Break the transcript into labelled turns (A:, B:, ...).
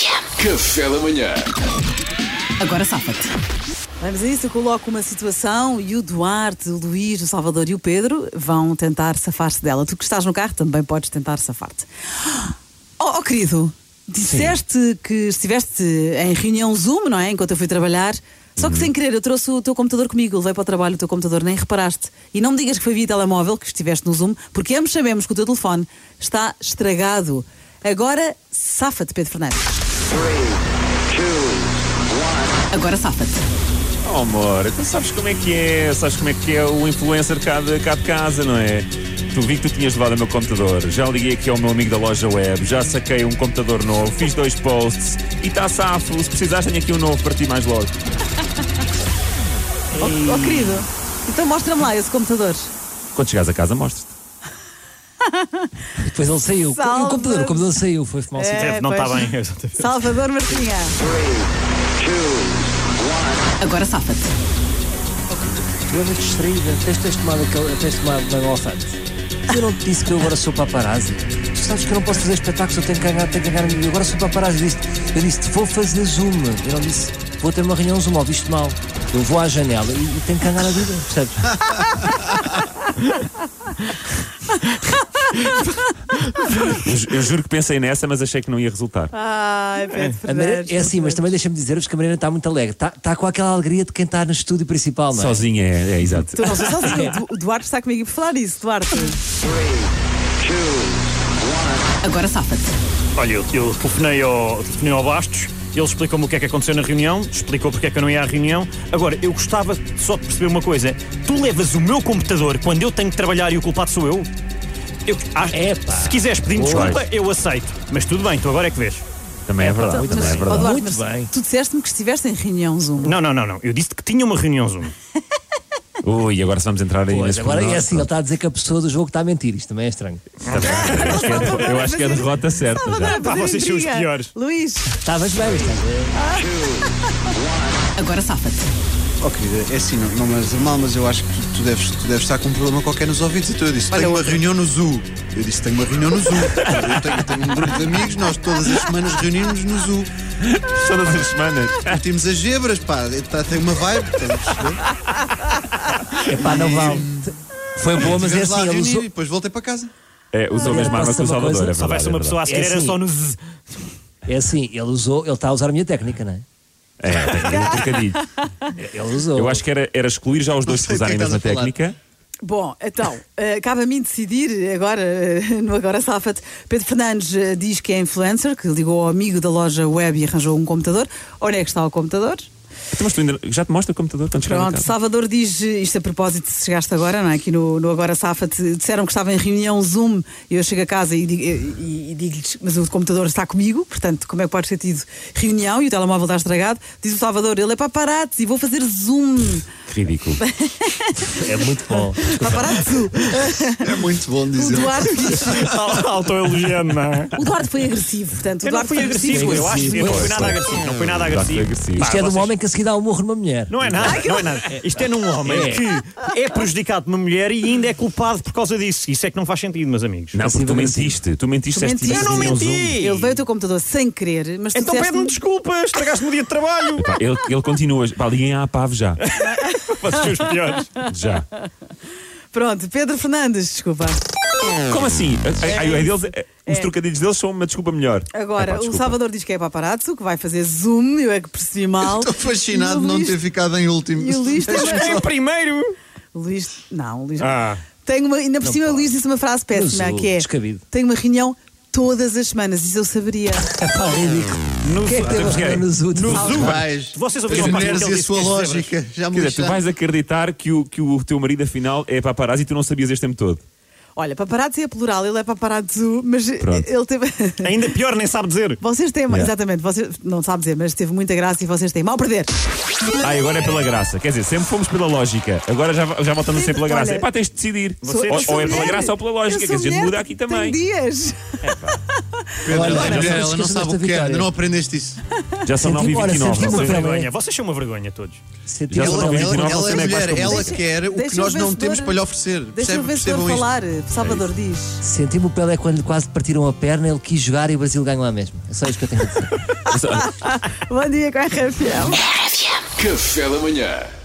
A: Café da manhã.
B: Agora safa-te.
C: Vamos a isso, eu coloco uma situação e o Duarte, o Luís, o Salvador e o Pedro vão tentar safar-se dela. Tu que estás no carro também podes tentar safar-te. Oh, oh, querido, disseste que estiveste em reunião Zoom, não é? Enquanto eu fui trabalhar. Só que sem querer, eu trouxe o teu computador comigo, levei para o trabalho o teu computador, nem reparaste. E não me digas que foi via telemóvel que estiveste no Zoom, porque ambos sabemos que o teu telefone está estragado. Agora, safa-te, Pedro Fernandes. Agora safa-te.
D: Oh amor, então sabes como é que é, sabes como é que é o influencer cá de, cá de casa, não é? Tu vi que tu tinhas levado o meu computador, já liguei aqui ao meu amigo da loja web, já saquei um computador novo, fiz dois posts e está safo, se precisares tenho aqui um novo para ti mais logo.
C: Oh, oh, querido, então mostra-me lá esse computador.
D: Quando chegares a casa mostro-te.
E: Depois ele saiu.
C: Salva.
E: E o computador, o computador saiu, foi mal
C: É,
E: sítio.
C: Deve, não pois. tá bem. Salvador Martinha.
B: Agora safa-te.
E: Tu és distraída, tens, tens tomado aquele, tens tomado bem ao alfante. Eu não te disse que eu agora sou paparazzi. Tu sabes que eu não posso fazer espetáculos, eu tenho que ganhar, tenho que ganhar dinheiro. Agora sou paparazzi. Eu disse, eu disse, vou fazer zoom. Eu não disse, vou ter uma reunião zoom, ouviste mal. Eu vou à janela e, e tenho que ganhar a vida, percebes?
D: Eu, ju- eu juro que pensei nessa, mas achei que não ia resultar.
E: Tá
C: Ai, Pedro
E: A Maria,
C: Fernandes.
E: é assim, mas também deixa-me dizer-vos que a Mariana está muito alegre. Está, está com aquela alegria de quem está no estúdio principal, não é?
D: Sozinha é, é exato.
C: Tu não sou sozinho. O Du- O Duarte está comigo por falar disso, Duarte.
B: Agora safa-te.
F: Olha, eu, eu telefonei, ao, telefonei ao Bastos, ele explicou-me o que é que aconteceu na reunião, explicou porque é que eu não ia à reunião. Agora, eu gostava só de perceber uma coisa: tu levas o meu computador quando eu tenho que trabalhar e o culpado sou eu? eu acho-
E: Epá.
F: se quiseres pedir
E: Pois.
F: desculpa, eu aceito. Mas tudo bem, tu agora é que vês.
D: Também é verdade,
C: Então,
D: também é
C: mas- oh,
D: verdade.
C: Duarte,
E: Muito assim.
C: mas
E: bem.
C: Tu disseste-me que estiveste em reunião Zoom.
F: Não, não, não, não. Eu disse que tinha uma reunião Zoom.
D: Ui, agora vamos entrar aí
E: Pois,
D: nesse
E: agora é
D: pormenor.
E: assim, ele está a dizer que a pessoa do jogo está a mentir. Isto também é estranho.
D: Eu acho que é- Eu acho que é a derrota certa já.
C: Para
F: Pá,
C: fazer
F: vocês são os
C: intriga.
F: piores.
C: Luís,
E: Estavas bem, Tá, mas estás
B: Agora safa-te.
G: Oh querida, é assim, não, não mas mal, mas eu acho que tu, tu deves, tu deves estar com um problema qualquer nos ouvidos. Então eu disse, tenho uma reunião no zoo. Eu disse, tenho uma reunião no zoo. Eu tenho, tenho um grupo de amigos, nós todas as semanas reunimos no zoo.
D: Todas as semanas.
G: Curtimos as gebras, pá, tá- tem uma vibe. estás a perceber?
E: Epá, não vale. Foi boa, mas é
G: Tivemos lá a
E: assim, ele
G: reunir
E: usou.
G: e depois voltei para casa.
D: É, usou a
E: Olha,
D: mesma arma
E: posso
D: que o
E: dizer uma
D: Salvador,
E: coisa?
D: é
F: Se houvesse uma
D: verdade,
F: pessoa a seguir,
E: É
F: era
E: assim.
F: só no Z.
E: É assim, ele usou, ele está a usar a minha técnica, não é?
D: é verdade. É, tem que haver um trocadilho.
E: Ele usou.
D: Eu acho que era, era excluir já os dois que
G: sei do que é
D: usarem a
G: que
D: mesma
G: estás a falar.
D: técnica.
C: bom, então, eh, cabe a mim decidir agora, eh, no Agora Safa-te. Pedro Fernandes eh, diz que é influencer, que ligou ao amigo da loja web e arranjou um computador. Onde é que está o computador?
D: Então, mas tu ainda- já te mostra o computador quando chegar a
C: Pronto,
D: casa?
C: Salvador diz eh, isto a propósito, se chegaste agora, não é? Aqui no, no Agora Safa, te, disseram que estava em reunião Zoom e eu chego a casa e, digo- e- e digo-lhes, mas o computador está comigo, portanto, como é que podes ter tido reunião e o telemóvel está estragado? Diz o Salvador, ele é paparazzi, vou fazer Zoom.
D: Ridículo.
E: é muito bom.
D: Ah,
C: Paparazzo.
G: É muito bom
C: O
G: dizer.
C: Duarte, diz-
F: Autoelogiando, não é?
C: o Duarte foi agressivo, portanto, o
F: Eu não
C: Duarte
F: fui
C: foi
F: agressivo, eu acho que não
E: Foi
F: fui nada
D: agressivo.
F: agressivo. Não fui nada
D: Duarte foi
F: agressivo.
D: agressivo.
F: Pá,
E: Isto é de um
F: vocês-
E: homem que a seguir dá um morro numa mulher.
F: Não é nada, não é nada. Isto é num homem
E: É.
F: que é prejudicado por uma mulher e ainda é culpado por causa disso. Isso é que não faz sentido, meus amigos.
D: Não, porque tu mentiste. Tu mentiste.
C: Tu
D: disseste
C: mentiste.
D: isso
C: Eu não
D: em um Zoom.
F: menti.
C: Eu levei o teu computador sem querer, mas tu
F: Então
C: disseste-
F: pede-me desculpas, estragaste-me o dia de trabalho.
D: Pá, Ele, ele continua. Pá, liguem à PAV já.
F: Vocês são os piores.
D: Já.
C: Pronto, Pedro Fernandes, desculpa.
D: Como assim? A- a- a- deles- a- Os trocadilhos deles são uma desculpa melhor.
C: É. Agora,
D: É pá,
C: o
D: desculpa.
C: Salvador diz que é paparazzo, que vai fazer zoom, eu é que percebi mal.
F: Então
G: Estou fascinado de
C: E o
G: não
C: Luís-
G: ter ficado em último.
C: E o Luís tem uma...
F: Em primeiro.
C: O Luís... Não, o Luís...
F: Ah.
C: Tem uma... Ainda por cima o
E: pode.
C: Luís disse uma frase péssima,
E: Mas o
C: que é...
E: descabido.
C: Tem uma reunião todas as semanas, isso eu saberia.
E: É pá, ridículo.
F: No
E: Quem é que tem uma
F: Sabes quem é?
E: reunião nos últimos?
F: No Zoom.
G: Mas,
F: Vocês
G: as
F: ouviram a parte em
G: mulheres
F: que
G: e
F: ele
G: a
F: disse
G: sua
F: que as zebras-
G: lógica. Já me
D: Quer dizer, tu
G: lixaste.
D: vais acreditar que o, que o teu marido afinal é paparazzi e tu não sabias este tempo todo.
C: Olha, paparazzi é plural, ele é paparazzo, mas
D: Pronto.
C: ele teve...
F: Ainda pior, nem sabe dizer.
C: Vocês têm,
D: Yeah.
C: exatamente, vocês, não sabe dizer, mas teve muita graça e vocês têm mal perder.
D: Ah, e agora é pela graça. Quer dizer, sempre fomos pela lógica. Agora já, já voltamos a ser pela
C: Olha,
D: graça. Epá, tens de decidir.
C: Sou-
D: ou,
C: eu sou
D: ou é pela
C: mulher.
D: graça ou pela
C: Eu
D: lógica.
C: sou
D: Quer dizer,
C: mulher,
D: muda aqui
C: tenho
D: também.
C: dias.
G: Pedro,
E: Olha,
G: ela-
E: olha,
G: ela,
E: esqueça
G: não sabe o que é,
E: desta
G: ainda não
E: vitória.
G: aprendeste isso.
D: Já são 9 e
E: Senti- É tipo,
D: 29
E: olha, senti
D: Vocês
E: uma
D: são
E: vergonha.
D: vergonha. Vocês são uma vergonha todos.
E: Senti
D: Já
E: ela,
D: são
E: ela,
D: nove e vinte e
E: ela,
D: nove,
G: Ela é
D: não sei bem
G: mulher,
D: quais
G: ela
D: coisas.
G: quer o que
C: Deixa o
G: nós não
C: vencedor-
G: temos para lhe oferecer.
C: Deixa o
G: Percebem,
C: vencedor
G: percebam isto. É
C: falar. eh, Salvador diz.
E: Senti-me o Pelé quando quase partiram a perna, ele quis jogar e o Brasil ganhou lá mesmo. É só isto que eu tenho a dizer.
C: é Bom dia com a RFM.
A: Café da manhã.